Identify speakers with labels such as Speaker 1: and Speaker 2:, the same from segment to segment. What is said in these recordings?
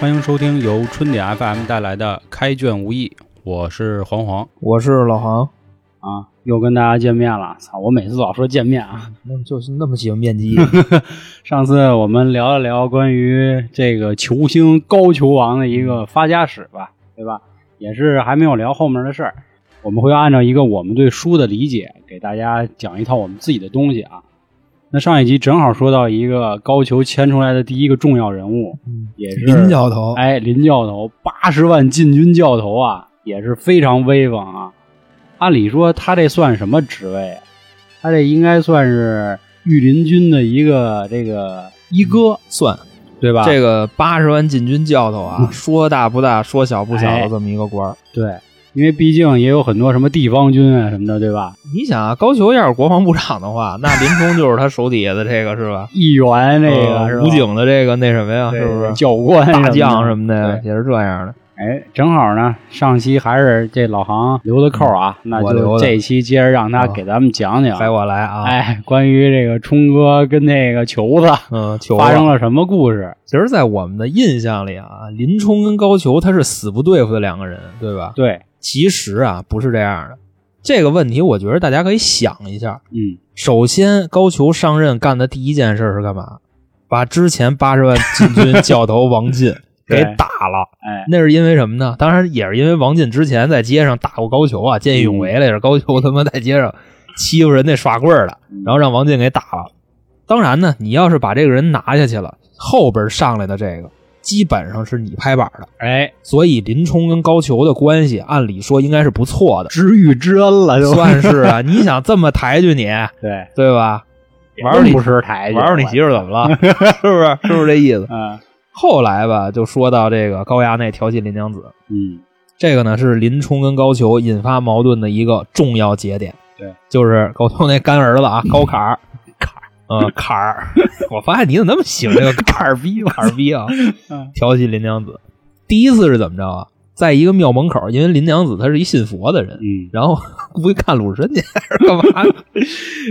Speaker 1: 欢迎收听由春点 FM 带来的《开卷无益》，我是黄黄
Speaker 2: 我是老航，
Speaker 3: 啊，又跟大家见面了。操，我每次老说见面啊。
Speaker 2: 那么就是那么喜欢面 基，
Speaker 3: 上次我们聊了聊关于这个球星高球王的一个发家史吧，对吧？也是还没有聊后面的事儿，我们会按照一个我们对书的理解，给大家讲一套我们自己的东西啊。那上一集正好说到一个高球牵出来的第一个重要人物，
Speaker 2: 嗯
Speaker 3: 也是
Speaker 2: 林教头，
Speaker 3: 哎，林教头八十万禁军教头啊，也是非常威风啊。按理说他这算什么职位啊？他这应该算是御林军的一个这个一哥，
Speaker 2: 嗯算
Speaker 3: 对吧？
Speaker 2: 这个八十万禁军教头啊，说大不大，说小不小
Speaker 3: 啊嗯哎
Speaker 2: 的这么一个官儿。
Speaker 3: 对，因为毕竟也有很多什么地方军啊什么的，对吧？？
Speaker 2: 你想啊，高俅要是国防部长的话，那林冲就是他手底下的这个是吧
Speaker 3: 议员这个、
Speaker 2: 呃
Speaker 3: 是吧
Speaker 2: 武警的这个那什么呀，
Speaker 3: 对
Speaker 2: 是不是？
Speaker 3: 教官什么
Speaker 2: 大
Speaker 3: 的
Speaker 2: 将什么的呀，
Speaker 3: 对
Speaker 2: 也是这样的。
Speaker 3: 哎，正好呢，上期还是这老行留的扣啊，那
Speaker 2: 嗯我留
Speaker 3: 就
Speaker 2: 的
Speaker 3: 这期接着让他
Speaker 2: 啊
Speaker 3: 给咱们讲讲。
Speaker 2: 该我来啊，
Speaker 3: 哎，关于这个冲哥跟那个球子
Speaker 2: 嗯，求
Speaker 3: 发生
Speaker 2: 了。
Speaker 3: 了什么故事？
Speaker 2: 其实，在我们的印象里啊，林冲跟高俅他是死不对付的两个人，对吧？
Speaker 3: 对，
Speaker 2: 其实啊，不是这样的。这个问题，我觉得大家可以想一下。
Speaker 3: 嗯，
Speaker 2: 首先，高俅上任干的第一件事是干嘛？把之前八十万禁军教头王进
Speaker 3: 对
Speaker 2: 给打了。
Speaker 3: 哎，
Speaker 2: 那是因为什么呢？当然也是因为王进之前在街上打过高俅啊，见义勇为来着。高俅他妈在街上欺负人那耍棍儿的，然后让王进给打了。当然呢，你要是把这个人拿下去了，后边上来的这个基本上是你拍板的。
Speaker 3: 哎，，
Speaker 2: 所以林冲跟高俅的关系，按理说应该是不错的
Speaker 3: 知遇之恩了，就
Speaker 2: 算是啊。你想这么抬举你，
Speaker 3: 对，
Speaker 2: 对吧？玩
Speaker 3: 儿
Speaker 2: 玩你
Speaker 3: 不识抬举，
Speaker 2: 玩玩你媳妇儿怎么 了？是不是？是不是这意思？
Speaker 3: 嗯
Speaker 2: 后来吧，就说到这个高衙内调戏林娘子，
Speaker 3: 嗯，
Speaker 2: 这个呢是林冲跟高俅引发矛盾的一个重要节点。
Speaker 3: 对，
Speaker 2: 就是高俅那干儿子啊，高坎儿， 坎儿，嗯，坎儿。 我发现你怎么那么喜欢这个坎儿逼，坎儿 逼啊
Speaker 3: 嗯！
Speaker 2: 调戏林娘子，第一次是怎么着啊？在一个庙门口，因为林娘子她是一信佛的人，
Speaker 3: 嗯
Speaker 2: 然后 估计看鲁智深去还是干嘛的，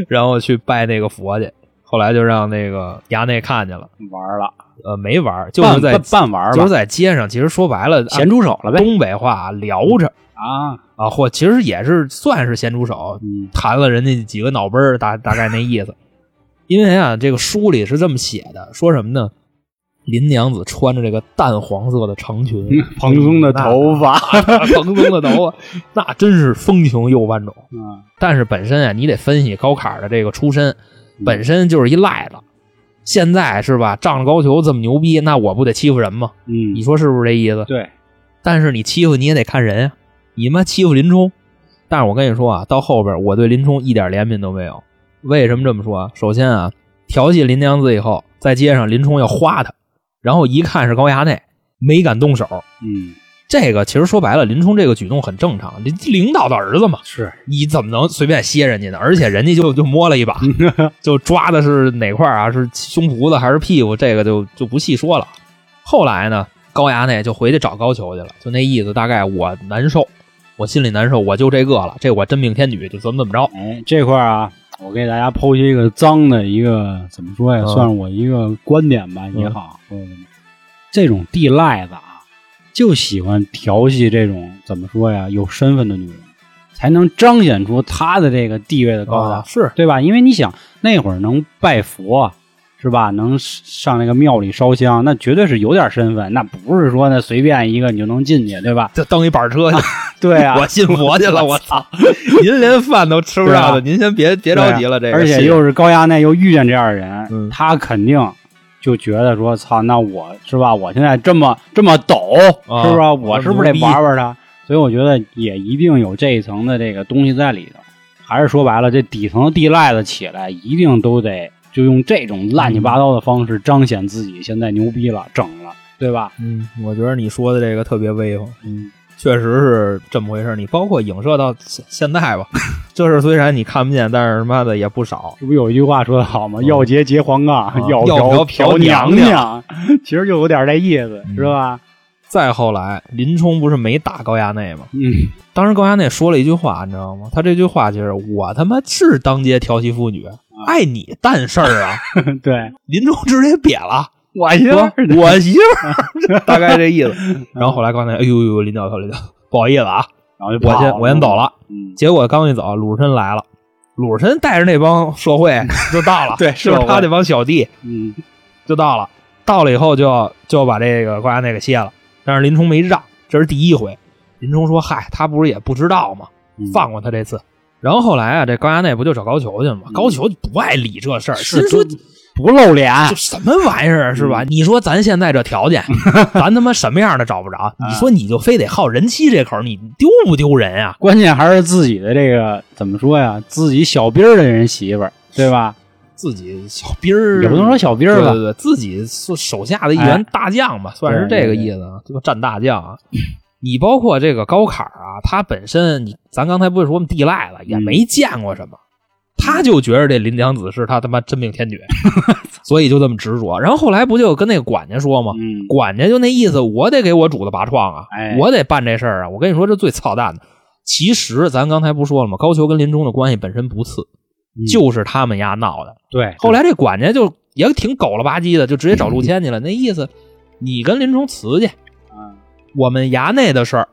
Speaker 2: 然后去拜那个佛去。后来就让那个衙内看见了，
Speaker 3: 玩儿了，
Speaker 2: 呃，没玩儿，就是在
Speaker 3: 半半玩儿
Speaker 2: 就是
Speaker 3: 吧，
Speaker 2: 在街上，其实说白了，
Speaker 3: 咸猪手了呗
Speaker 2: 东北话啊聊着
Speaker 3: 啊，
Speaker 2: 啊，或其实也是算是咸猪手，
Speaker 3: 嗯
Speaker 2: 弹了人家几个脑杯儿，大大概那意思。因为啊，这个书里是这么写的，说什么呢？林娘子穿着这个淡黄色的长裙，
Speaker 3: 嗯蓬松的头发，
Speaker 2: 那， 蓬松的头发，那真是风情又万种。
Speaker 3: 嗯
Speaker 2: 但是本身啊，你得分析高坎儿的这个出身，
Speaker 3: 嗯
Speaker 2: 本身就是一赖子。现在是吧，仗着高俅这么牛逼，那我不得欺负人吗？你
Speaker 3: 嗯，
Speaker 2: 说是不是这意思？
Speaker 3: 对，
Speaker 2: 但是你欺负你也得看人呀、你妈欺负林冲，但是我跟你说啊，到后边我对林冲一点怜悯都没有。为什么这么说啊？首先啊，调戏林娘子以后，在街上林冲要花他，然后一看是高衙内，没敢动手。
Speaker 3: 嗯
Speaker 2: 这个其实说白了，林冲这个举动很正常，领领导的儿子嘛，
Speaker 3: 是，
Speaker 2: 你怎么能随便歇人家呢？而且人家就就摸了一把， 就抓的是哪块儿啊？是胸脯子还是屁股？这个就就不细说了。后来呢，高衙内就回去找高俅去了，就那意思，大概我难受，我心里难受，我就这个了，这我真命天女，就怎么怎么着。
Speaker 3: 哎，这块儿啊。我给大家剖析一个脏的一个怎么说呀，
Speaker 2: 嗯
Speaker 3: 算是我一个观点吧也好，嗯这种地赖子啊，就喜欢调戏这种怎么说呀有身份的女人，才能彰显出她的这个地位的高大
Speaker 2: 啊，是
Speaker 3: 对吧？因为你想那会儿能拜佛啊是吧？能上那个庙里烧香，那绝对是有点身份，那不是说那随便一个你就能进去，对吧？
Speaker 2: 就蹬一板车去，
Speaker 3: 对啊，
Speaker 2: 我信佛去了，我 操！您连饭都吃不上了，您先别别
Speaker 3: 对啊
Speaker 2: 着急了，这个
Speaker 3: 而且
Speaker 2: 信
Speaker 3: 又是高衙内又遇见这样的人，
Speaker 2: 嗯
Speaker 3: 他肯定就觉得说，操，那我是吧？我现在这么这么抖，
Speaker 2: 啊
Speaker 3: 是不是？我是不是
Speaker 2: 牛
Speaker 3: 得
Speaker 2: 逼
Speaker 3: 玩玩他？所以我觉得也一定有这一层的这个东西在里头。还是说白了，这底层的地赖子起来，一定都得就用这种乱七八糟的方式彰显自己现在牛逼了，整了，对吧？
Speaker 2: 嗯，我觉得你说的这个特别威风，
Speaker 3: 嗯，
Speaker 2: 确实是这么回事儿。你包括影射到现现 在吧，这事虽然你看不见，但是他妈的也不少。
Speaker 3: 这不有一句话说的好吗？要结结黄冈，要
Speaker 2: 嗯啊要嫖
Speaker 3: 嫖
Speaker 2: 嫖
Speaker 3: 娘
Speaker 2: 娘
Speaker 3: 娘， 其实就有点这意思，
Speaker 2: 嗯
Speaker 3: 是吧？
Speaker 2: 再后来，林冲不是没打高衙内吗？
Speaker 3: 嗯。
Speaker 2: 当时高衙内说了一句话，你知道吗？他这句话就是：“我他妈 是当街调戏妇女，碍你蛋事儿啊
Speaker 3: 对，！”
Speaker 2: 林冲直接瘪了，
Speaker 3: 我媳妇
Speaker 2: 说
Speaker 3: 儿呢
Speaker 2: 我媳妇 儿，大概这意思。然后后来刚才，哎呦呦，林教头，林教头，不好意思啊，
Speaker 3: 然后就
Speaker 2: 我
Speaker 3: 跑
Speaker 2: 先我先走。了。啊
Speaker 3: 嗯，
Speaker 2: 结果刚一走，鲁智深来了，鲁智深带着那帮社会 就到了，
Speaker 3: 对
Speaker 2: 是
Speaker 3: 社
Speaker 2: 不是
Speaker 3: 会
Speaker 2: 他那帮小弟
Speaker 3: 嗯，
Speaker 2: 就到了？到了以后就要就要把这个关押那给卸了，但是林冲没让，这是第一回。林冲说：“嗨，他不是也不知道吗？
Speaker 3: 嗯
Speaker 2: 放过他这次。”然后后来啊，这高衙内不就找高俅去了吗？
Speaker 3: 嗯
Speaker 2: 高俅就不爱理这事儿，心
Speaker 3: 是
Speaker 2: 说
Speaker 3: 都不露脸，
Speaker 2: 这什么玩意儿啊是吧？你说咱现在这条件，咱他妈什么样的找不着？你说你就非得好人妻这口，你丢不丢人啊？
Speaker 3: 关键还是自己的这个怎么说呀？自己小兵儿的人媳妇儿，对吧？
Speaker 2: 自己小兵儿
Speaker 3: 也不能说小兵
Speaker 2: 对
Speaker 3: 儿吧哎
Speaker 2: 对，对，自己手手下的一员大将吧，算是这个意思，啊，这个战大将啊。 你包括这个高坎儿啊，他本身你咱刚才不是说我们地赖了，也
Speaker 3: 嗯
Speaker 2: 没见过什么，他就觉着这林娘子是他他妈真命天女， 所以就这么执着。然后后来不就跟那个管家说吗？
Speaker 3: 嗯，
Speaker 2: 管家就那意思，我得给我主子拔创啊，
Speaker 3: 哎
Speaker 2: 我得办这事儿啊。我跟你说，这最操蛋的。其实咱刚才不说了吗？高俅跟林冲的关系本身不次，
Speaker 3: 嗯
Speaker 2: 就是他们家闹的。
Speaker 3: 对。
Speaker 2: 后来这管家就也挺狗了吧唧的，就直接找陆谦去了。那意思，你跟林冲辞去，
Speaker 3: 嗯
Speaker 2: 我们衙内 的事儿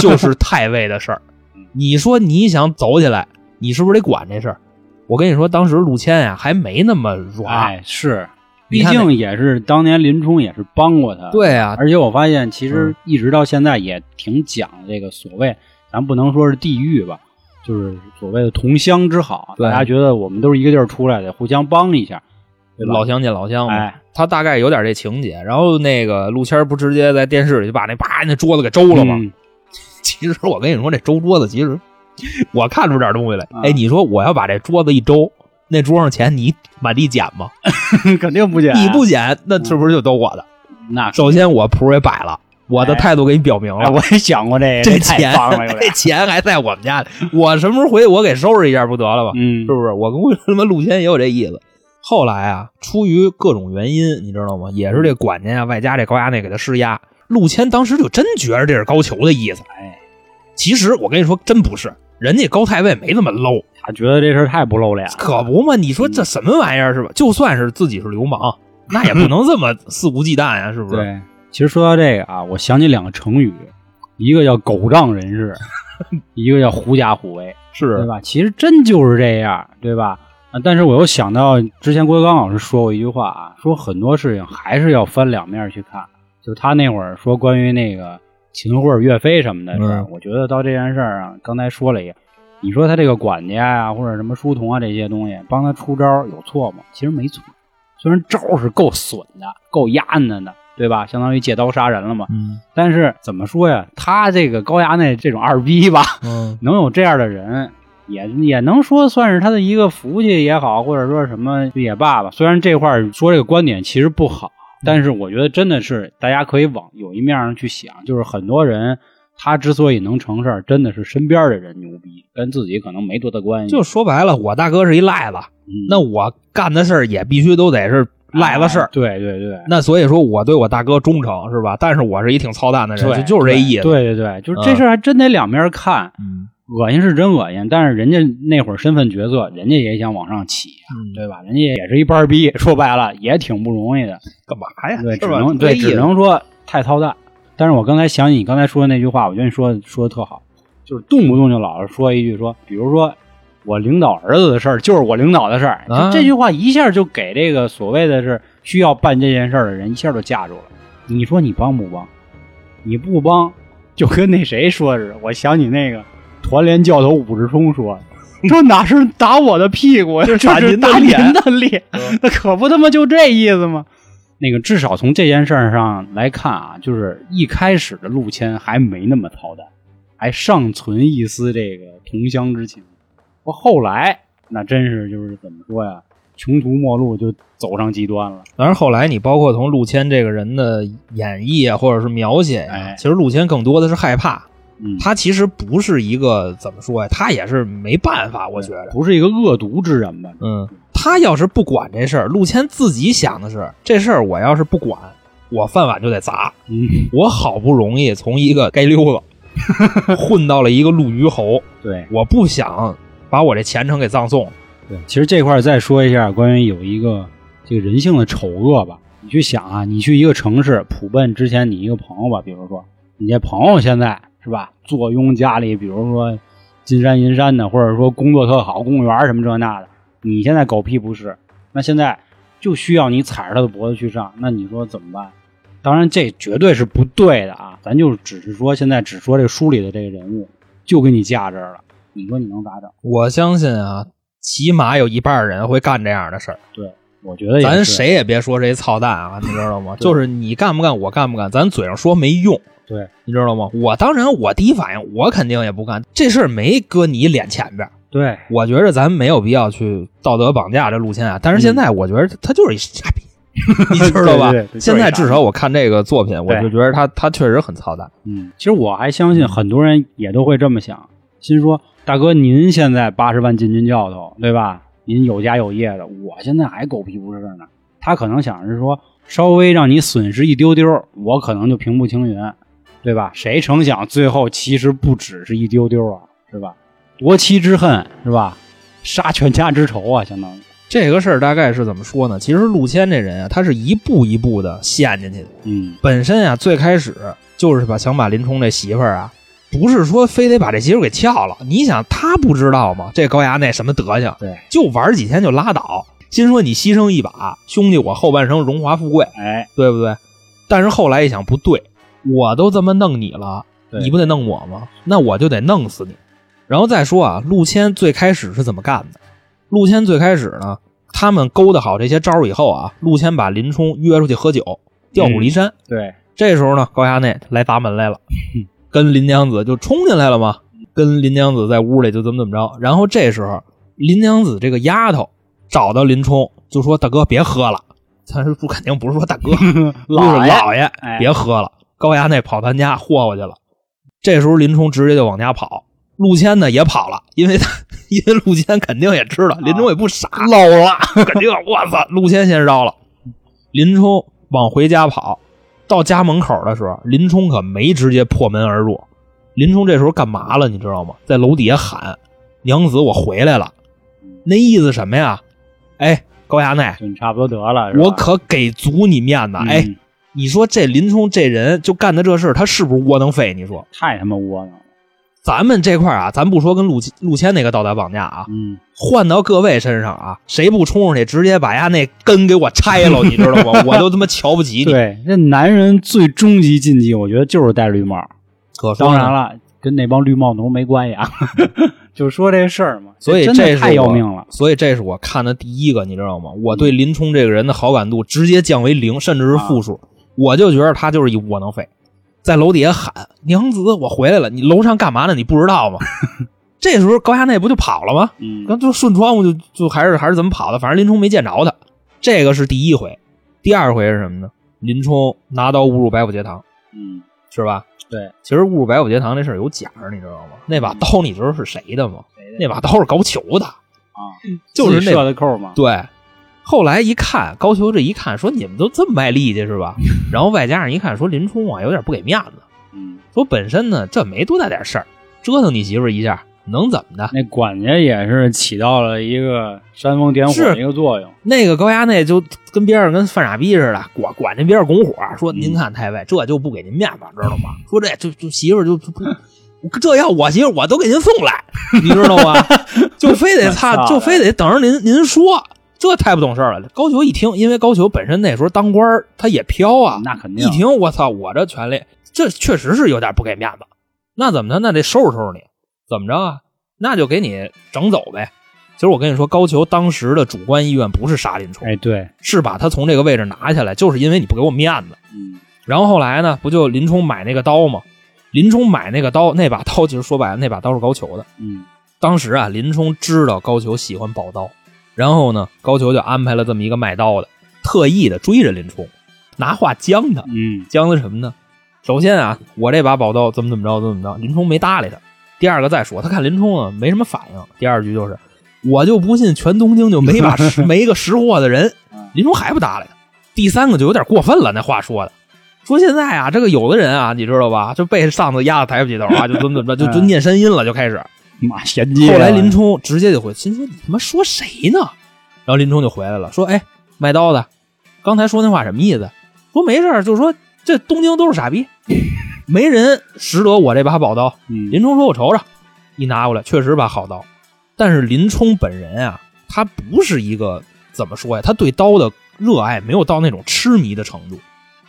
Speaker 2: 就是太尉的事儿。
Speaker 3: 嗯
Speaker 2: 你说你想走起来，你是不是得管这事儿？我跟你说，当时陆谦呀、还没那么软，
Speaker 3: 哎，是，
Speaker 2: 啊你
Speaker 3: 毕
Speaker 2: 看那
Speaker 3: 竟也是当年林冲也是帮过他，
Speaker 2: 对啊，
Speaker 3: 而且我发现，其实
Speaker 2: 嗯
Speaker 3: 一直到现在也挺讲这个所谓，咱不能说是地域吧，就是所谓的同乡之好。
Speaker 2: 对
Speaker 3: 大家觉得我们都是一个地儿出来的，互相帮一下，对吧？
Speaker 2: 老乡见老乡嘛。
Speaker 3: 哎，
Speaker 2: 他大概有点这情节。然后那个陆谦儿不直接在电视里就把那啪那桌子给周了吗？
Speaker 3: 嗯
Speaker 2: 其实我跟你说，这周桌子其实我看出点东西来
Speaker 3: 啊。
Speaker 2: 哎，你说我要把这桌子一周，那桌上钱你满地捡吗？
Speaker 3: 肯定不减，
Speaker 2: 你不捡，
Speaker 3: 嗯
Speaker 2: 那是不是就都我的？
Speaker 3: 那
Speaker 2: 首先我谱也摆了，我的
Speaker 3: 哎
Speaker 2: 态度给你表明
Speaker 3: 哎，
Speaker 2: 了。
Speaker 3: 我也想过 这个，
Speaker 2: 这
Speaker 3: 这太
Speaker 2: 钱
Speaker 3: 脏了，有
Speaker 2: 这
Speaker 3: 点。
Speaker 2: 钱还在我们家呢，我什么时候回去我给收拾一下不得了吗？
Speaker 3: 嗯
Speaker 2: 是，不是？我跟为什么陆谦也有这意思？后来啊，出于各种原因，你知道吗？也是这管家呀，外加这高衙内给他施压。陆谦当时就真觉着这是高俅的意思。
Speaker 3: 哎，
Speaker 2: 其实我跟你说，真不是，人家高太尉没那么 low，
Speaker 3: 他觉得这事儿太不露脸了。
Speaker 2: 可不嘛？你说这什么玩意儿是吧？就算是自己是 流氓，那也不能这么肆无忌惮呀、是不是？
Speaker 3: 对，其实说到这个啊，我想起两个成语，一个叫“狗仗人 势”，一个叫“狐假虎威”。对
Speaker 2: 是，
Speaker 3: 吧？其实真就是这样，对吧？啊，但是我又想到之前郭德纲老师说过一句话啊，说很多事情还是要翻两面去看。就他那会儿说关于那个秦桧、岳飞什么的事儿，
Speaker 2: 嗯
Speaker 3: 我觉得到这件事儿上，刚才说了一个，你说他这个管家呀、或者什么书童啊这些东西帮他出招儿有错吗？其实没错，虽然招儿是够损的、够压的呢，对吧？相当于借刀杀人了嘛。
Speaker 2: 嗯
Speaker 3: 但是怎么说呀，他这个高衙内这种二逼吧，
Speaker 2: 嗯，
Speaker 3: 能有这样的人，也也能说算是他的一个福气也好，或者说什么也罢吧。虽然这块儿说这个观点其实不好，但是我觉得真的是大家可以往有一面上去想，就是很多人他之所以能成事儿，真的是身边的人牛逼，跟自己可能没多大关系。
Speaker 2: 就说白了，我大哥是一赖子，
Speaker 3: 嗯
Speaker 2: 那我干的事儿也必须都得是赖子事儿
Speaker 3: 哎。对对对。
Speaker 2: 那所以说，我对我大哥忠诚是吧？但是我是一挺操蛋的
Speaker 3: 对
Speaker 2: 人，就就是这意思。，
Speaker 3: 对对对，就是这事儿还真得两面看，
Speaker 2: 嗯，
Speaker 3: 恶心是真恶心，但是人家那会儿身份角色，人家也想往上起，嗯对吧？人家也是一班儿逼，说白了也挺不容易的。
Speaker 2: 干嘛呀？
Speaker 3: 对，只
Speaker 2: 是吧
Speaker 3: 能对，只能说太操蛋。但是我刚才想起你刚才说的那句话，我觉得你说的说的特好，就是动不动就老是说一句说，比如说我领导儿子的事儿就是我领导的事儿，就
Speaker 2: 啊
Speaker 3: 这句话一下就给这个所谓的是需要办这件事儿的人一下就架住了。你说你帮不帮？你不帮，就跟那谁说似的，我想起那个团联教头武志冲说的。说哪是打我的屁股呀，
Speaker 2: 这是
Speaker 3: 打
Speaker 2: 打
Speaker 3: 您
Speaker 2: 您的
Speaker 3: 的
Speaker 2: 脸嗯
Speaker 3: 脸，那可不他妈就这意思吗？那个至少从这件事儿上来看啊，就是一开始的陆谦还没那么操蛋，还尚存一丝这个同乡之情。不过后来那真是就是怎么说呀，穷途末路就走上极端了。
Speaker 2: 当然，后来你包括从陆谦这个人的演绎啊，或者是描写呀、
Speaker 3: 哎
Speaker 2: 其实陆谦更多的是害怕。
Speaker 3: 嗯，
Speaker 2: 他其实不是一个怎么说呀、他也是没办法，我觉着。
Speaker 3: 不是一个恶毒之人吧？
Speaker 2: 嗯，他要是不管这事儿，陆谦自己想的是这事儿，我要是不管，我饭碗就得砸。
Speaker 3: 嗯，
Speaker 2: 我好不容易从一个街溜子 混到了一个陆虞侯，
Speaker 3: 对
Speaker 2: 我不想把我这前程给葬送。
Speaker 3: 对。其实这块儿再说一下关于有一个这个人性的丑恶吧。你去想啊，你去一个城市普奔之前，你一个朋友吧，比如说你这朋友现在是吧，坐拥家里，比如说金山银山的，或者说工作特好，公务员什么这那的，你现在狗屁不是，那现在就需要你踩着他的脖子去上，那你说怎么办？当然，这绝对是不对的啊！咱就只是说，现在只说这书里的这个人物，就给你架这儿了。你说你能咋整？
Speaker 2: 我相信啊，起码有一半人会干这样的事儿。
Speaker 3: 我觉得也是
Speaker 2: 咱谁也别说谁操蛋 啊，你知道吗？就是你干不干，我干不干，咱嘴上说没用。
Speaker 3: 对，
Speaker 2: 你知道吗？我当然，我第一反应我肯定也不干，这事儿没搁你脸前边儿。
Speaker 3: 对
Speaker 2: 我觉着咱没有必要去道德绑架这路线啊。但是现在我觉得他就是一傻 逼，你知道吧
Speaker 3: 对对对？
Speaker 2: 现在至少我看这个作品，我
Speaker 3: 对
Speaker 2: 就觉得他他确实很操蛋。
Speaker 3: 嗯，其实我还相信很多人也都会这么想，心说大哥，您现在八十万进军教头，对吧？您有家有业的，我现在还狗屁不是呢。他可能想是说，稍微让你损失一丢丢，我可能就平步青云，对吧？谁成想最后其实不只是一丢丢啊，是吧？夺妻之恨是吧？杀全家之仇啊，相当于，
Speaker 2: 这个事儿大概是怎么说呢？其实陆谦这人啊，他是一步一步的陷进去的。
Speaker 3: 嗯
Speaker 2: 本身啊，最开始就是把想把林冲这媳妇儿啊，不是说非得把这媳妇儿给撬了。你想，他不知道吗？这高衙内什么德行？
Speaker 3: 对，
Speaker 2: 就玩几天就拉倒。心说你牺牲一把，兄弟，我后半生荣华富贵，
Speaker 3: 哎，
Speaker 2: 对不对？但是后来一想，不对，我都这么弄你了，
Speaker 3: 对
Speaker 2: 你不得弄我吗？那我就得弄死你。然后再说啊，陆谦最开始是怎么干的？陆谦最开始呢，他们勾搭好这些招儿以后啊，陆谦把林冲约出去喝酒，调虎离山。
Speaker 3: 对，
Speaker 2: 这时候呢，高衙内来砸门来了，
Speaker 3: 嗯
Speaker 2: 跟林娘子就冲进来了嘛，跟林娘子在屋里就怎么怎么着。然后这时候，林娘子这个丫头找到林冲，就说：“大哥，别喝了。”他说：“不，肯定不是说大 哥，
Speaker 3: 老
Speaker 2: 就是
Speaker 3: 爷
Speaker 2: 老爷，
Speaker 3: 哎
Speaker 2: 别喝了。”高衙内跑他家霍霍去了。这时候林冲直接就往家跑，陆谦呢也跑了，因为他因为陆谦肯定也知道，林冲也不傻，
Speaker 3: 漏啊了，
Speaker 2: 肯定，我操，陆谦先绕了。林冲往回家跑，到家门口的时候，林冲可没直接破门而入。林冲这时候干嘛了？你知道吗？在楼底下喊：“娘子，我回来了。”那意思什么呀？哎，高衙内，
Speaker 3: 就差不多得了，是吧
Speaker 2: 我可给足你面子。哎，
Speaker 3: 嗯
Speaker 2: 你说这林冲这人就干的这事儿，他是不是窝囊废？你说
Speaker 3: 太他妈窝囊了，
Speaker 2: 咱们这块儿啊，咱不说跟陆谦陆谦那个道德绑架啊，
Speaker 3: 嗯，
Speaker 2: 换到各位身上啊，谁不冲上去，直接把丫那根给我 拆了，你知道吗？我都他妈瞧不起你。
Speaker 3: 对，这男人最终极禁忌，我觉得就是戴绿帽。
Speaker 2: 可说
Speaker 3: 当
Speaker 2: 呢
Speaker 3: 然，了，跟那帮绿帽奴没关系啊， 就说这事儿嘛。
Speaker 2: 所以
Speaker 3: 真
Speaker 2: 这
Speaker 3: 的
Speaker 2: 是
Speaker 3: 太要
Speaker 2: 我
Speaker 3: 命了。
Speaker 2: 所以这是我看的第一个，你知道吗？我对林冲这个人的好感度直接降为零，甚至是负数。
Speaker 3: 啊
Speaker 2: 我就觉得他就是一窝囊废，在楼底下喊娘子，我回来了。你楼上干嘛呢？你不知 道吗？这时候高衙内不就跑了吗？
Speaker 3: 嗯
Speaker 2: 那就顺窗户就就还是还是怎么跑的，反正林冲没见着他，这个是第一回。第二回是什么呢？林冲拿刀侮辱白虎节堂，
Speaker 3: 嗯，
Speaker 2: 是吧？
Speaker 3: 对，
Speaker 2: 其实侮辱白虎节堂这事儿有假儿，你知道吗？那把刀你知道是谁的吗？那把刀是高俅的啊，就是
Speaker 3: 自己
Speaker 2: 那
Speaker 3: 设的扣嘛。
Speaker 2: 对。后来一看，高俅这一看说：“你们都这么卖力气是吧？” 然后外加上一看说林冲啊有点不给面子，
Speaker 3: 嗯，
Speaker 2: 说本身呢这没多大点事儿，折腾你媳妇儿一下能怎么的？
Speaker 3: 那管家也是起到了一个煽风点火
Speaker 2: 是
Speaker 3: 的一个作用。
Speaker 2: 那个高衙内就跟边上跟犯傻逼似的，管管着边上拱火，说：“
Speaker 3: 嗯
Speaker 2: 您看太尉，这就不给您面子，知道吗？说这就就媳妇儿就就不，这要我媳妇儿我都给您送 来，你知道吗？就非得
Speaker 3: 我操
Speaker 2: 他，就非得等着您您说，这太不懂事儿了。”高俅一听，因为高俅本身那时候当官儿他也飘啊，
Speaker 3: 那肯定
Speaker 2: 一。听我操，我这权利，这确实是有点不给面子。那怎么着？那得收拾收拾你，怎么着啊？那就给你整走呗。其实我跟你说，高俅当时的主观意愿不是杀林冲，
Speaker 3: 哎，对，
Speaker 2: 是把他从这个位置拿下来，就是因为你不给我面子。
Speaker 3: 嗯，
Speaker 2: 然后后来呢，不就林冲买那个刀吗？林冲买那个刀，那把刀其实说白了，那把刀是高俅的。
Speaker 3: 嗯，
Speaker 2: 当时啊，林冲知道高俅喜欢宝刀，然后呢，高俅就安排了这么一个卖刀的，特意的追着林冲，拿话将他。
Speaker 3: 嗯，
Speaker 2: 将的什么呢？首先啊，我这把宝刀怎么怎么着，怎么怎么着，林冲没搭理他。第二个再说，他看林冲啊没什么反应。第二句就是，我就不信全东京就 没把识没一个识货的人
Speaker 3: 嗯。
Speaker 2: 林冲还不搭理他。第三个就有点过分了，那话说的，说现在啊，这个有的人啊，你知道吧，就被上头压得抬不起头啊，就怎么怎么着，就就
Speaker 3: 嗯
Speaker 2: 念山音了，就开始。
Speaker 3: 妈衔接。
Speaker 2: 后来林，冲直接就回，心说你他妈说谁呢？然后林冲就回来了，说：“哎，卖刀的，刚才说那话什么意思？说没事儿，就是说这东京都是傻逼，没人识得我这把宝刀。
Speaker 3: 嗯
Speaker 2: 林冲说：“我瞅瞅。”一拿过来，确实把好刀。但是林冲本人啊，他不是一个怎么说呀？他对刀的热爱没有到那种痴迷的程度。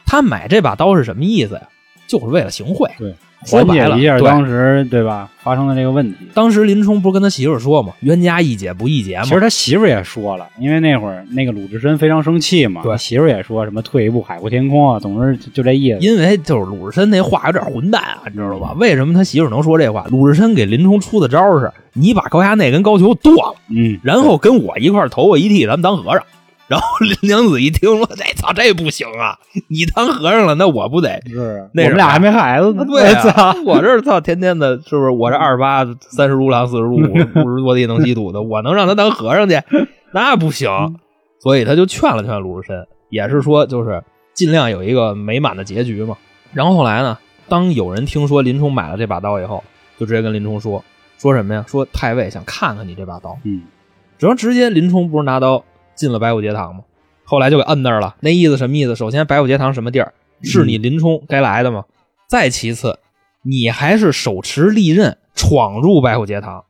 Speaker 2: 他买这把刀是什么意思呀？就是为了行贿。
Speaker 3: 对，
Speaker 2: 说
Speaker 3: 缓
Speaker 2: 白
Speaker 3: 解
Speaker 2: 了，
Speaker 3: 一下
Speaker 2: 对
Speaker 3: 当时对吧发生的这个问题。
Speaker 2: 当时林冲不是跟他媳妇儿说嘛，冤家宜解哎不宜结嘛。
Speaker 3: 其实他媳妇儿也说了，因为那会儿那个鲁智深非常生气嘛，
Speaker 2: 对
Speaker 3: 他媳妇儿也说什么退一步海阔天空啊，总之就就这意思。
Speaker 2: 因为就是鲁智深那话有点混蛋啊，你知道吧？为什么他媳妇儿能说这话？鲁智深给林冲出的招儿是：你把高衙内跟高俅剁了，
Speaker 3: 嗯，
Speaker 2: 然后跟我一块儿投我一替，咱们当和尚。然后林娘子一听说，哎操，这不行啊！你当和尚了，那我不得？
Speaker 3: 是
Speaker 2: 那
Speaker 3: 我们
Speaker 2: 什么
Speaker 3: 俩还没孩子呢，
Speaker 2: 对
Speaker 3: 我操
Speaker 2: 啊， 我这儿操，天天的，是不是？我这二十八、三十如狼，四十如虎，
Speaker 3: 嗯
Speaker 2: 五十多地能吸土的，我能让他当 和尚去？那不行。
Speaker 3: 嗯
Speaker 2: 所以他就劝了劝鲁智深，也是说，就是尽量有一个美满的结局嘛。然后后来呢，当有人听说林冲买了这把刀以后，就直接跟林冲说，说什么呀？说太尉想看看你这把刀。
Speaker 3: 嗯，
Speaker 2: 然后直接林冲不是拿刀进了白虎节堂吗？后来就给摁那儿了。那意思什么意思？首先，白虎节堂什么地儿，是你林冲该来的吗？再其次，你还是手持利刃闯入白虎节堂，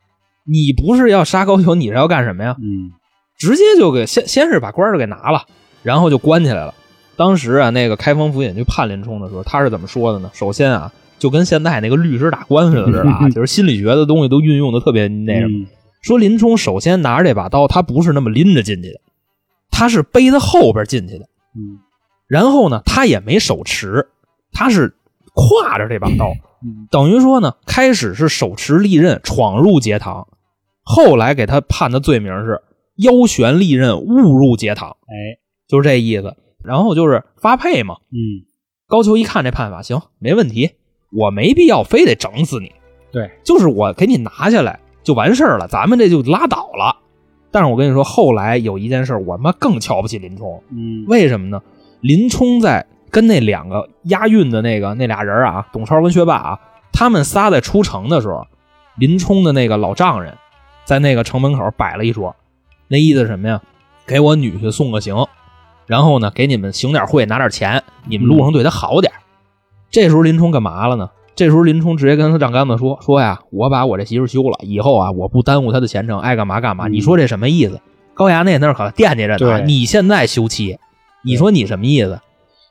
Speaker 2: 你不是要杀高俅，你是要干什么呀？
Speaker 3: 嗯
Speaker 2: 直接就给先先是把官儿给拿了，然后就关起来了。当时啊，那个开封府尹去判林冲的时候，他是怎么说的呢？首先啊，就跟现在那个律师打官司似的啊，就是心理学的东西都运用的特别那什么。
Speaker 3: 嗯
Speaker 2: 说林冲首先拿着这把刀，他不是那么拎着进去的，他是背在后边进去的。
Speaker 3: 嗯
Speaker 2: 然后呢，他也没手持，他是挎着这把刀，
Speaker 3: 嗯
Speaker 2: 等于说呢，开始是手持利刃闯入节堂，后来给他判的罪名是腰悬利刃误入节堂，
Speaker 3: 哎
Speaker 2: 就是这意思。然后就是发配嘛。
Speaker 3: 嗯
Speaker 2: 高俅一看这判法，行，没问题，我没必要非得整死你。
Speaker 3: 对，
Speaker 2: 就是我给你拿下来就完事儿了，咱们这就拉倒了。但是我跟你说，后来有一件事儿，我他妈更瞧不起林冲，
Speaker 3: 嗯，
Speaker 2: 为什么呢？林冲在跟那两个押运的那个那俩人儿啊，董超跟薛霸啊，他们仨在出城的时候，林冲的那个老丈人在那个城门口摆了一桌，那意思是什么呀？给我女婿送个行，然后呢，给你们行点贿，拿点钱，你们路上对他好点儿。这时候林冲干嘛了呢？这时候林冲直接跟他丈杆子说：“说呀，我把我这媳妇休了，以后啊，我不耽误她的前程，爱干嘛干嘛。”
Speaker 3: 嗯
Speaker 2: 你说这什么意思？高衙内那儿可惦记着呢，
Speaker 3: 对
Speaker 2: 啊你现在休妻，你说你什么意思？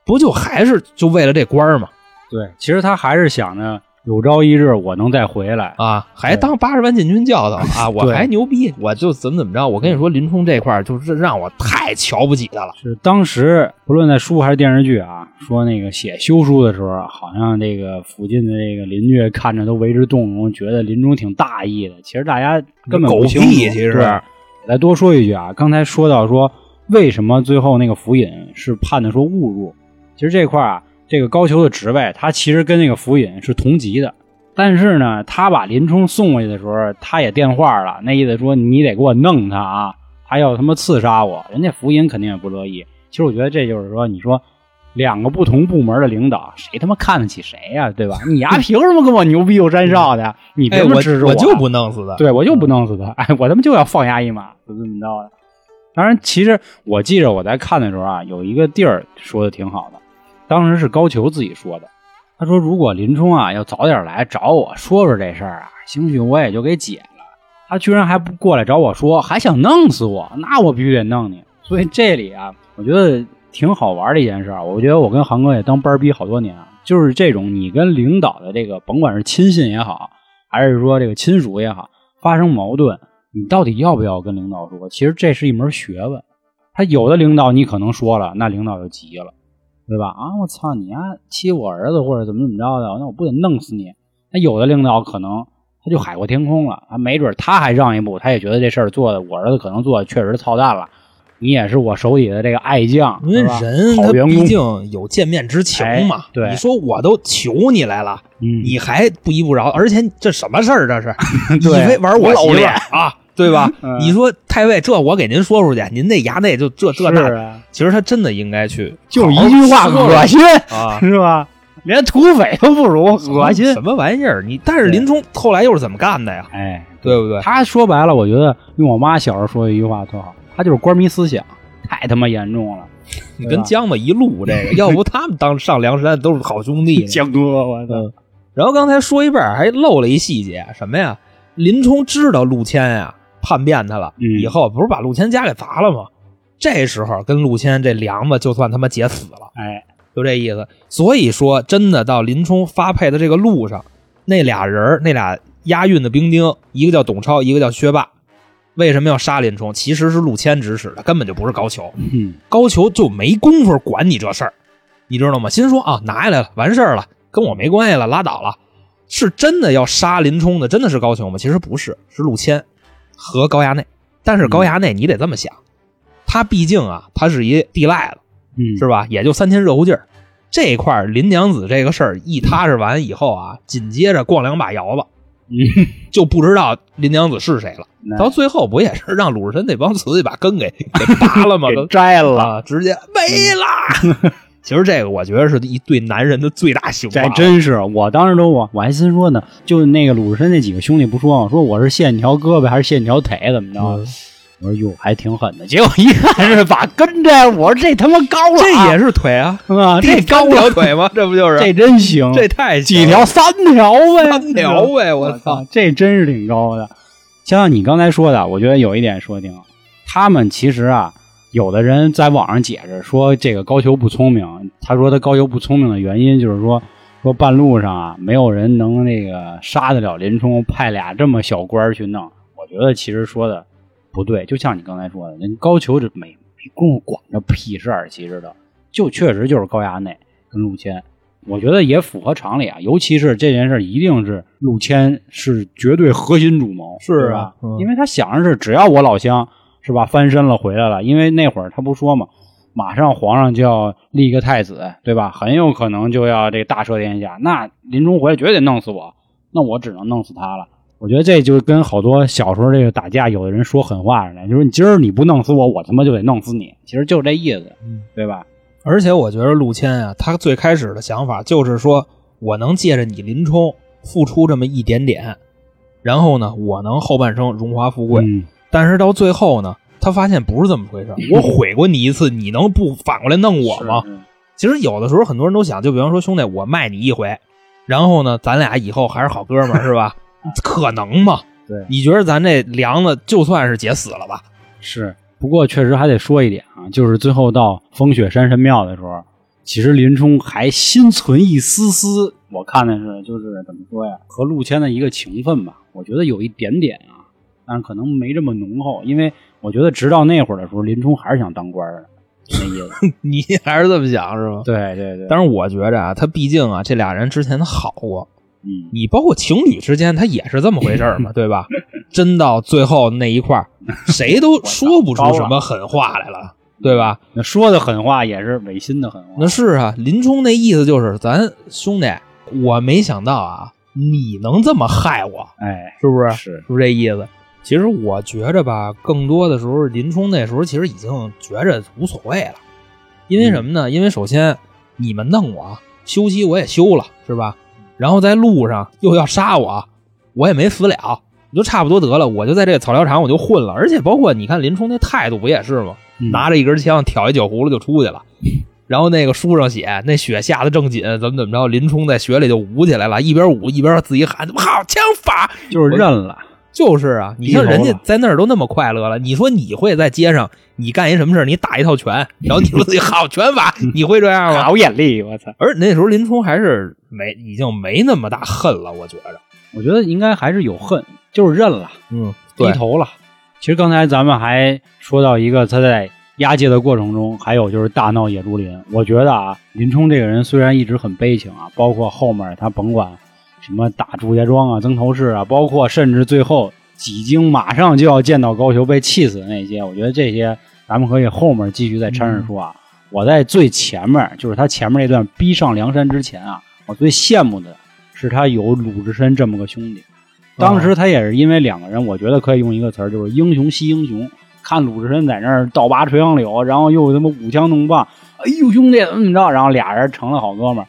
Speaker 2: 不就还是就为了这官儿吗？
Speaker 3: 对，其实他还是想着有朝一日我能再回来。
Speaker 2: 啊，还当八十万禁军教头 啊，我
Speaker 3: 对
Speaker 2: 还牛逼，我就怎么怎么着。我跟你说，林冲这块儿就是让我太瞧不起他了。
Speaker 3: 是当时不论在书还是电视剧啊，说那个写休书的时候，啊好像这个附近的这个邻居看着都为之动容，觉得林冲挺大义的。其实大家根本
Speaker 2: 狗
Speaker 3: 不清楚。
Speaker 2: 屁，其实
Speaker 3: 对来多说一句啊，刚才说到说为什么最后那个府尹是判的说误入，其实这块儿啊，这个高俅的职位他其实跟那个府尹是同级的，但是呢，他把林冲送过去的时候，他也电话了，那意思说你得给我弄他啊，他要他妈刺杀我，人家府尹肯定也不乐意。其实我觉得这就是说，你说。两个不同部门的领导，谁他妈看得起谁呀、对吧？你丫凭什么跟我牛逼又山少的呀？你
Speaker 2: 哎，
Speaker 3: 凭什么
Speaker 2: 我
Speaker 3: 支持啊呀
Speaker 2: 我就不弄死他。
Speaker 3: 对我就不弄死他，哎，我他妈就要放他一马，怎么怎么着的。当然，其实我记着我在看的时候啊，有一个地儿说的挺好的，当时是高俅自己说的，他说如果林冲啊要早点来找我说说这事儿啊，兴许我也就给解了。他居然还不过来找我说，还想弄死我，那我必须得弄你。所以这里啊，我觉得挺好玩的一件事儿。我觉得我跟韩哥也当班儿逼好多年啊，就是这种你跟领导的这个，甭管是亲信也好，还是说这个亲属也好，发生矛盾，你到底要不要跟领导说？其实这是一门学问。他有的领导你可能说了，那领导就急了，对吧？啊，我操你丫、欺负我儿子或者怎么怎么着的，那我不得弄死你？那有的领导可能他就海阔天空了，他没准他还让一步，他也觉得这事儿做的，我儿子可能做的确实操蛋了，你也是我手底下的这个爱将，
Speaker 2: 因为
Speaker 3: 是吧
Speaker 2: 人他
Speaker 3: 好员
Speaker 2: 毕
Speaker 3: 工，
Speaker 2: 竟有见面之情嘛。
Speaker 3: 哎对
Speaker 2: 你说我都求你来了，
Speaker 3: 嗯
Speaker 2: 你还不依不饶，而且这什么事儿？啊这是你
Speaker 3: 对
Speaker 2: 非玩我
Speaker 3: 我老
Speaker 2: 媳妇
Speaker 3: 脸
Speaker 2: 儿啊，对吧？
Speaker 3: 嗯
Speaker 2: 你说太尉，这我给您说出去，您那衙内就这这
Speaker 3: 是
Speaker 2: 那，
Speaker 3: 啊，
Speaker 2: 其实他真的应该去，
Speaker 3: 就一句话恶心，
Speaker 2: 啊。
Speaker 3: 是吧？连土匪都不如， 恶心。
Speaker 2: 什么玩意儿？你但是林冲后来又是怎么干的呀？
Speaker 3: 哎，
Speaker 2: 对不对？
Speaker 3: 他说白了，我觉得用我妈小时候说的一句话特好，他就是官迷思想，太他妈严重了。
Speaker 2: 你跟江吧一路，这个 要不他们当上梁山都是好兄弟 呢。
Speaker 3: 江哥，我操！
Speaker 2: 嗯，然后刚才说一半还漏了一细节，什么呀？林冲知道陆谦呀、叛变他了，
Speaker 3: 嗯
Speaker 2: 以后不是把陆谦家给砸了吗？这时候跟陆谦这梁子就算他妈结死了，
Speaker 3: 哎，
Speaker 2: 就这意思。所以说，真的到林冲发配的这个路上，那俩人儿那俩押运的兵丁，一个叫董超，一个叫薛霸。为什么要杀林冲？其实是陆谦指使的，根本就不是高俅。
Speaker 3: 嗯，
Speaker 2: 高俅就没工夫管你这事儿，你知道吗？心说啊，拿下来了，完事儿了，跟我没关系了，拉倒了。是真的要杀林冲的，真的是高俅吗？其实不是，是陆谦和高衙内。但是高衙内，你得这么想，他毕竟啊，他是一地赖子，
Speaker 3: 嗯，
Speaker 2: 是吧？也就三天热乎劲儿。这块儿林娘子这个事儿一踏实完以后啊，紧接着逛两把窑子，
Speaker 3: 嗯，
Speaker 2: 就不知道林娘子是谁了。
Speaker 3: 那
Speaker 2: 到最后不也是让鲁智深那帮徒弟把根给给拔了吗？都
Speaker 3: 给摘了，嗯
Speaker 2: 啊，直接没了。 其实这个我觉得是一对男人的最大刑
Speaker 3: 这
Speaker 2: 罚，
Speaker 3: 真是，我当时都我我还心说呢，就那个鲁智深那几个兄弟不说吗？说我是卸你条胳膊还是卸你条腿，怎么着？
Speaker 2: 嗯
Speaker 3: 我说哟，还挺狠的。结果一看是把根摘，我说这他妈高了
Speaker 2: 这
Speaker 3: 啊，
Speaker 2: 也是腿啊，
Speaker 3: 是吧？这
Speaker 2: 这
Speaker 3: 高
Speaker 2: 高条
Speaker 3: 了，
Speaker 2: 腿吗？这不就是
Speaker 3: 这真行，
Speaker 2: 这太
Speaker 3: 几条三条呗，
Speaker 2: 三条啊呗，我
Speaker 3: 我
Speaker 2: 操
Speaker 3: 操，！这真是挺高的。像你刚才说的，我觉得有一点说的挺好。他们其实啊，有的人在网上解释说这个高俅不聪明，他说他高俅不聪明的原因就是说，说半路上啊，没有人能那个杀得了林冲，派俩这么小官儿去弄。我觉得其实说的不对，就像你刚才说的，人高俅这没没工夫管这屁事儿，其实的就确实就是高衙内跟陆谦。我觉得也符合常理啊，尤其是这件事，一定是陆谦是绝对核心主谋，
Speaker 2: 是啊
Speaker 3: 对吧？
Speaker 2: 嗯
Speaker 3: 因为他想着是只要我老乡是吧翻身了回来了，因为那会儿他不说嘛，马上皇上就要立个太子，对吧？很有可能就要这大赦天下，那临终回来绝对得弄死我，那我只能弄死他了。我觉得这就跟好多小时候这个打架，有的人说狠话似的，就是你今儿你不弄死我，我他妈就得弄死你，其实就这意思，
Speaker 2: 嗯
Speaker 3: 对吧？
Speaker 2: 而且我觉得陆谦啊，他最开始的想法就是说，我能借着你林冲付出这么一点点，然后呢，我能后半生荣华富贵。
Speaker 3: 嗯
Speaker 2: 但是到最后呢，他发现不是这么回 事儿。我毁过你一次，你能不反过来弄我吗？？
Speaker 3: 是
Speaker 2: 其实有的时候很多人都想，就比方说兄弟，我卖你一回，然后呢，咱俩以后还是好哥 们儿，是吧？可能吗？
Speaker 3: 对
Speaker 2: 你觉得咱这梁子就算是姐死了吧？
Speaker 3: 是，不过确实还得说一点啊，就是最后到风雪山神庙的时候，其实林冲还心存一丝丝，我看的是就是怎么说呀，和陆谦的一个情分吧，我觉得有一点点啊，但是可能没这么浓厚，因为我觉得直到那会儿的时候，林冲还是想当官儿的，那意 思。
Speaker 2: 你还是这么想是吧？
Speaker 3: 对对对，
Speaker 2: 但是我觉着啊，他毕竟啊，这俩人之前好过，
Speaker 3: 嗯，
Speaker 2: 你包括情侣之间，他也是这么回事儿嘛，对吧？真到最后那一块儿，谁都说不出什么狠话来了，对吧？
Speaker 3: 那说的狠话也是违心的狠话。
Speaker 2: 那是啊，林冲那意思就是，咱兄弟，我没想到啊，你能这么害我，
Speaker 3: 哎，
Speaker 2: 是不是？
Speaker 3: 是
Speaker 2: 是不是这意思？其实我觉着吧，更多的时候，林冲那时候其实已经觉着无所谓了，因为什么呢？因为首先你们弄我，休息我也休了，是吧？然后在路上又要杀我，我也没死了，你就差不多得了，我就在这个草料场我就混了。而且包括你看林冲那态度不也是吗？拿
Speaker 3: 着
Speaker 2: 着一根枪挑一酒葫芦就出去了。然后那个书上写，那雪下的正紧，怎么怎么着，林冲在雪里就舞起来了，一边舞一边自己喊：“好枪法
Speaker 3: 就是认了，！”
Speaker 2: 就是啊，你看人家在那儿都那么快乐了，你说你会在街上，你干一什么事儿，你打一套拳，然后你 说自己好拳法，你会这样吗？
Speaker 3: 好眼力，我操！
Speaker 2: 而那时候林冲还是没已经没那么大恨了，我觉着，
Speaker 3: 我觉得应该还是有恨，就是认了。
Speaker 2: 嗯，
Speaker 3: 低
Speaker 2: 对，
Speaker 3: 头了。其实刚才咱们还说到一个他在押解的过程中，还有就是大闹野猪林。我觉得啊，林冲这个人虽然一直很悲情啊，包括后面他甭管什么打祝家庄啊、曾头市啊，包括甚至最后几经马上就要见到高俅被气死的那些，我觉得这些咱们可以后面继续再掺着说啊。我在最前面，就是他前面那段逼上梁山之前啊，我最羡慕的是他有鲁智深这么个兄弟。当
Speaker 2: 哦
Speaker 3: 时他也是因为两个人，我觉得可以用一个词儿，就是英雄惜英雄。看鲁智深在那儿倒拔垂杨柳，然后又他妈舞枪弄棒，哎呦兄弟怎么着？然后俩人成了好哥们儿，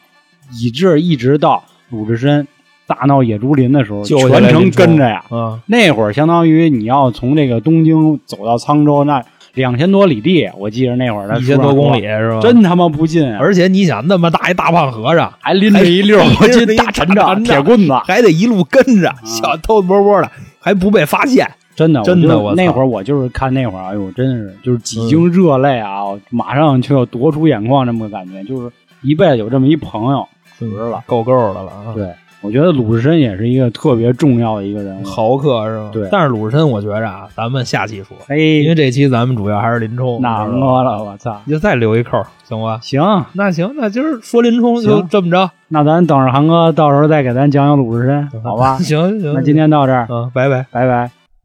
Speaker 3: 以致一直到鲁智深大闹野猪林的时候，
Speaker 2: 救下来
Speaker 3: 全程
Speaker 2: 林冲
Speaker 3: 跟着呀。
Speaker 2: 嗯，
Speaker 3: 那会儿相当于你要从这个东京走到沧州，那两千多里地，我记着那会儿的
Speaker 2: 一千多公里，是吧？
Speaker 3: 真他妈不近啊！
Speaker 2: 而且你想那么大一大胖和尚，
Speaker 3: 还拎着一溜儿
Speaker 2: 还哎拎着一
Speaker 3: 大
Speaker 2: 大
Speaker 3: 抻
Speaker 2: 抻
Speaker 3: 子、
Speaker 2: 子
Speaker 3: 铁棍子，
Speaker 2: 还得一路跟着，小偷偷摸摸的，还不被发现。
Speaker 3: 真的
Speaker 2: 真的
Speaker 3: 的
Speaker 2: 我操
Speaker 3: 那会儿我就是看那会儿，哎呦，真是就是几
Speaker 2: 嗯
Speaker 3: 经热泪啊，我马上就要夺出眼眶，这么个感觉，就是一辈子有这么一朋友，
Speaker 2: 值了，够够的了啊！
Speaker 3: 对我觉得鲁智深也是一个特别重要的一个 人物。，
Speaker 2: 豪客是吧？
Speaker 3: 对
Speaker 2: 但是鲁智深，我觉着啊，咱们下期说，
Speaker 3: 哎
Speaker 2: 因为
Speaker 3: 嘿，
Speaker 2: 这期咱们主要还是林冲，
Speaker 3: 难
Speaker 2: 是吧
Speaker 3: 过啊了，我操！
Speaker 2: 你就再留一扣，行吧？
Speaker 3: 行，
Speaker 2: 那行，那今儿说林冲就
Speaker 3: 行
Speaker 2: 这么着，
Speaker 3: 那咱等着韩哥到时候再给咱讲讲鲁智深，好吧？
Speaker 2: 行行，
Speaker 3: 那今天到这儿，
Speaker 2: 嗯，拜拜。
Speaker 3: 拜拜。